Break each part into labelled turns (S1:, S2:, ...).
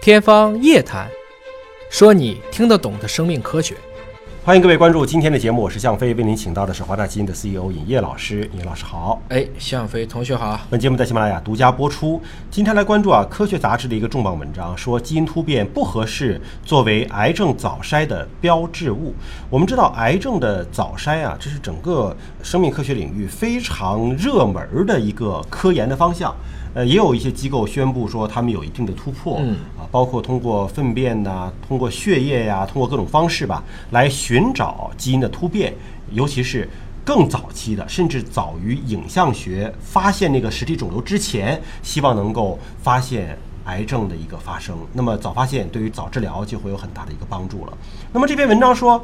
S1: 天方夜谭，说你听得懂的生命科学。
S2: 欢迎各位关注今天的节目，我是向飞，为您请到的是华大基因的 CEO 尹烨老师。尹老师好，
S1: 哎，向飞同学好。啊
S2: 本节目在喜马拉雅独家播出。今天来关注啊，《科学》杂志的一个重磅文章，说基因突变不合适作为癌症早筛的标志物。我们知道，癌症的早筛啊，这是整个生命科学领域非常热门的一个科研的方向。呃，也有一些机构宣布说他们有一定的突破，
S1: 嗯
S2: 啊，包括通过粪便呐、通过血液呀、通过各种方式吧，来寻找基因的突变，尤其是更早期的，甚至早于影像学发现那个实体肿瘤之前，希望能够发现。癌症的一个发生，那么早发现对于早治疗就会有很大的一个帮助了。那么这篇文章说，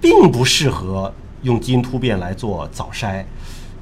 S2: 并不适合用基因突变来做早筛，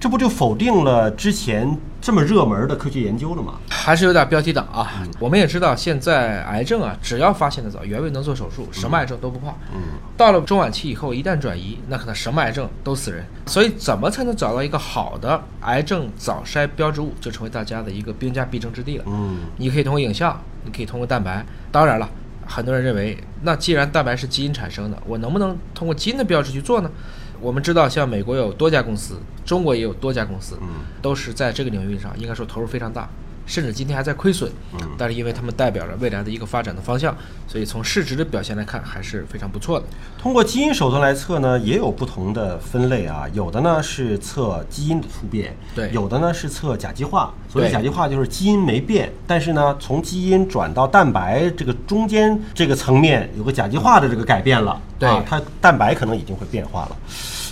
S2: 这不就否定了之前这么热门的科学研究了吗？
S1: 还是有点标题党啊。我们也知道，现在癌症啊，只要发现的早，原位能做手术，什么癌症都不怕。嗯，到了中晚期以后，一旦转移，那可能什么癌症都死人。所以，怎么才能找到一个好的癌症早筛标志物，就成为大家的一个兵家必争之地了。
S2: 嗯，
S1: 你可以通过影像，你可以通过蛋白。当然了，很多人认为，那既然蛋白是基因产生的，我能不能通过基因的标志去做呢？我们知道，像美国有多家公司，中国也有多家公司，都是在这个领域上应该说投入非常大，甚至今天还在亏损。但是因为他们代表着未来的一个发展的方向，所以从市值的表现来看，还是非常不错的。
S2: 通过基因手段来测呢，也有不同的分类啊，有的呢是测基因的突变，
S1: 对
S2: 有的呢是测甲基化。所谓
S1: 对
S2: 甲基化就是基因没变，但是呢从基因转到蛋白这个中间这个层面有个甲基化的这个改变了，
S1: 对
S2: 啊，它蛋白可能已经会变化了。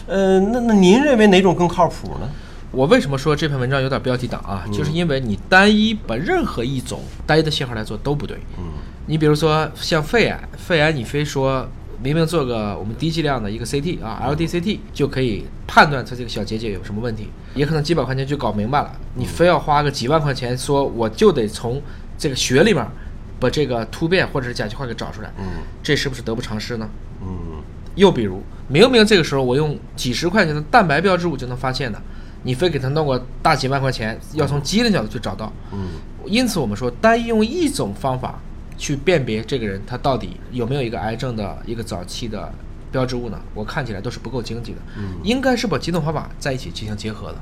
S2: 呃，那那您认为哪种更靠谱呢？
S1: 我为什么说这篇文章有点标题党啊？就是因为你单一把任何一种单一的信号来做都不对。你比如说像肺癌，肺癌你非说明明做个我们低剂量的一个 CT 啊，LDCT 就可以判断它这个小结节有什么问题，也可能几百块钱就搞明白了，你非要花个几万块钱说我就得从这个血里面把这个突变或者是甲基化给找出来，这是不是得不偿失呢？
S2: 嗯
S1: 又比如，明明这个时候我用几十块钱的蛋白标志物就能发现的，你非给它弄个大几万块钱，要从基因的角度去找到。
S2: 嗯。嗯
S1: 因此，我们说单用一种方法去辨别这个人他到底有没有一个癌症的一个早期的标志物呢？我看起来都是不够经济的，应该是把几种方法在一起进行结合的，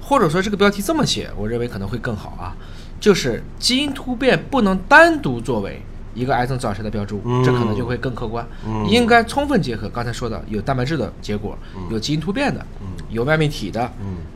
S1: 或者说这个标题这么写，我认为可能会更好啊，就是基因突变不能单独作为。一个癌症早筛的标志物，这可能就会更客观。应该充分结合刚才说的有蛋白质的结果，有基因突变的，有外泌体
S2: 嗯
S1: 的，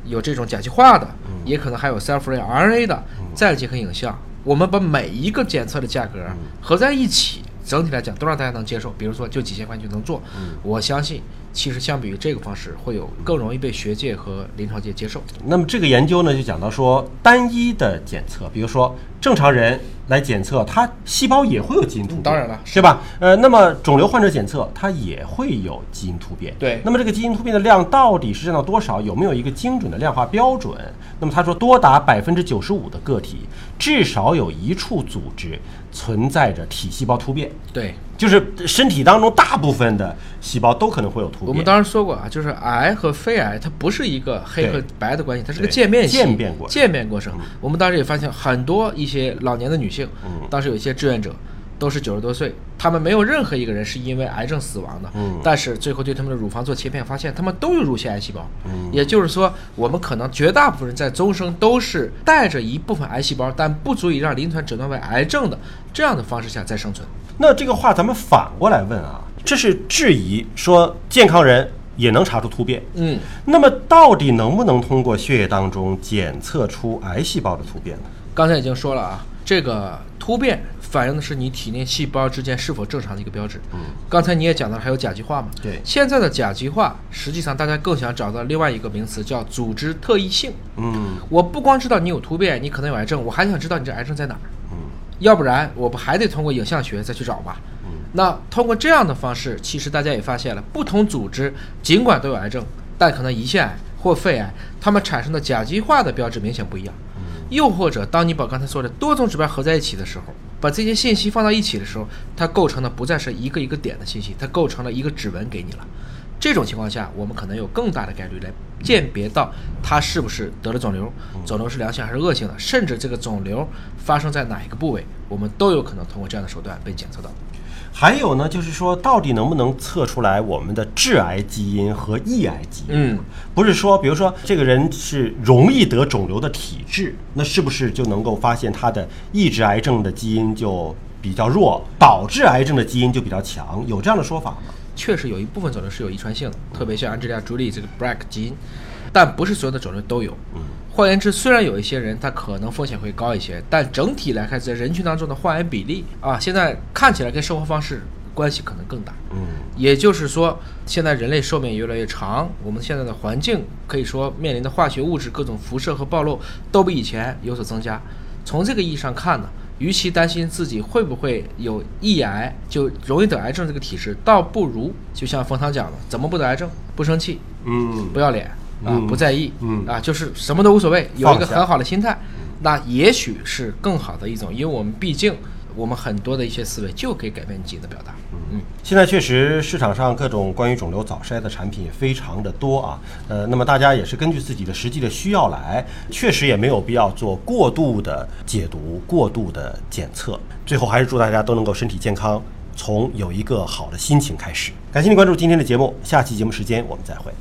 S1: 有这种甲基化的，也可能还有 self-free RNA 的，再结合影像，我们把每一个检测的价格合在一起，整体来讲都让大家能接受。比如说，就几千块钱就能做，我相信，其实相比于这个方式，会有更容易被学界和临床界接受。
S2: 那么这个研究呢，就讲到说，单一的检测，比如说正常人来检测，他细胞也会有基因突变，
S1: 当然了
S2: 对吧？呃，那么肿瘤患者检测，它也会有基因突变，
S1: 对
S2: 那么这个基因突变的量到底是占到多少？有没有一个精准的量化标准？那么他说，多达百分之九十五的个体，至少有一处组织存在着体细胞突变，
S1: 对，
S2: 就是身体当中大部分的细胞都可能会有突变。
S1: 我们当时说过啊，就是癌和非癌，它不是一个黑和
S2: 对
S1: 白的关系，它是个
S2: 对
S1: 渐变期
S2: 渐变过程嗯
S1: 渐变过程。我们当时也发现很多一些老年的女性，
S2: 嗯
S1: 当时有一些志愿者都是九十多岁，她们没有任何一个人是因为癌症死亡的，
S2: 嗯
S1: 但是最后对她们的乳房做切片，发现她们都有乳腺癌细胞。
S2: 嗯
S1: 也就是说，我们可能绝大部分人在终生都是带着一部分癌细胞，但不足以让临床诊断为癌症的这样的方式下再生存。
S2: 那这个话咱们反过来问啊，这是质疑说健康人也能查出突变，
S1: 嗯。
S2: 那么到底能不能通过血液当中检测出癌细胞的突变呢？
S1: 刚才已经说了啊，这个突变反映的是你体内细胞之间是否正常的一个标志。嗯，刚才你也讲到了，还有甲基化嘛。
S2: 对
S1: 现在的甲基化，实际上大家更想找到另外一个名词，叫组织特异性。
S2: 嗯
S1: 我不光知道你有突变，你可能有癌症，我还想知道你这癌症在哪儿。要不然我不还得通过影像学再去找吧？那通过这样的方式，其实大家也发现了，不同组织尽管都有癌症，但可能胰腺癌或肺癌，它们产生的甲基化的标志明显不一样。又或者，当你把刚才说的多种指标合在一起的时候，把这些信息放到一起的时候，它构成的不再是一个一个点的信息，它构成了一个指纹给你了。这种情况下，我们可能有更大的概率来鉴别到他是不是得了肿瘤，肿瘤是良性还是恶性的，甚至这个肿瘤发生在哪一个部位，我们都有可能通过这样的手段被检测到。
S2: 还有呢，就是说，到底能不能测出来我们的致癌基因和抑癌基因？
S1: 嗯，
S2: 不是说，比如说这个人是容易得肿瘤的体质，那是不是就能够发现他的抑制癌症的基因就比较弱，导致癌症的基因就比较强？有这样的说法吗？
S1: 确实有一部分肿瘤是有遗传性的，特别像安吉丽亚·朱莉这个 BRCA 基因，但不是所有的肿瘤都有。换言之，虽然有一些人他可能风险会高一些，但整体来看，在人群当中的患癌比例啊，现在看起来跟生活方式关系可能更大。
S2: 嗯，
S1: 也就是说，现在人类寿命越来越长，我们现在的环境可以说面临的化学物质、各种辐射和暴露都比以前有所增加。从这个意义上看呢，与其担心自己会不会有抑癌，就容易得癌症这个体质，倒不如就像冯唐讲的，怎么不得癌症？不生气，
S2: 嗯，
S1: 不要脸啊
S2: 嗯，
S1: 不在意，
S2: 嗯
S1: 啊，就是什么都无所谓，有一个
S2: 放下
S1: 很好的心态，那也许是更好的一种，因为我们毕竟我们很多的一些思维就可以改变自己的表达，嗯。
S2: 现在确实市场上各种关于肿瘤早筛的产品也非常的多啊，呃，那么大家也是根据自己的实际的需要来，确实也没有必要做过度的解读、过度的检测。最后还是祝大家都能够身体健康，从有一个好的心情开始。感谢您关注今天的节目，下期节目时间我们再会。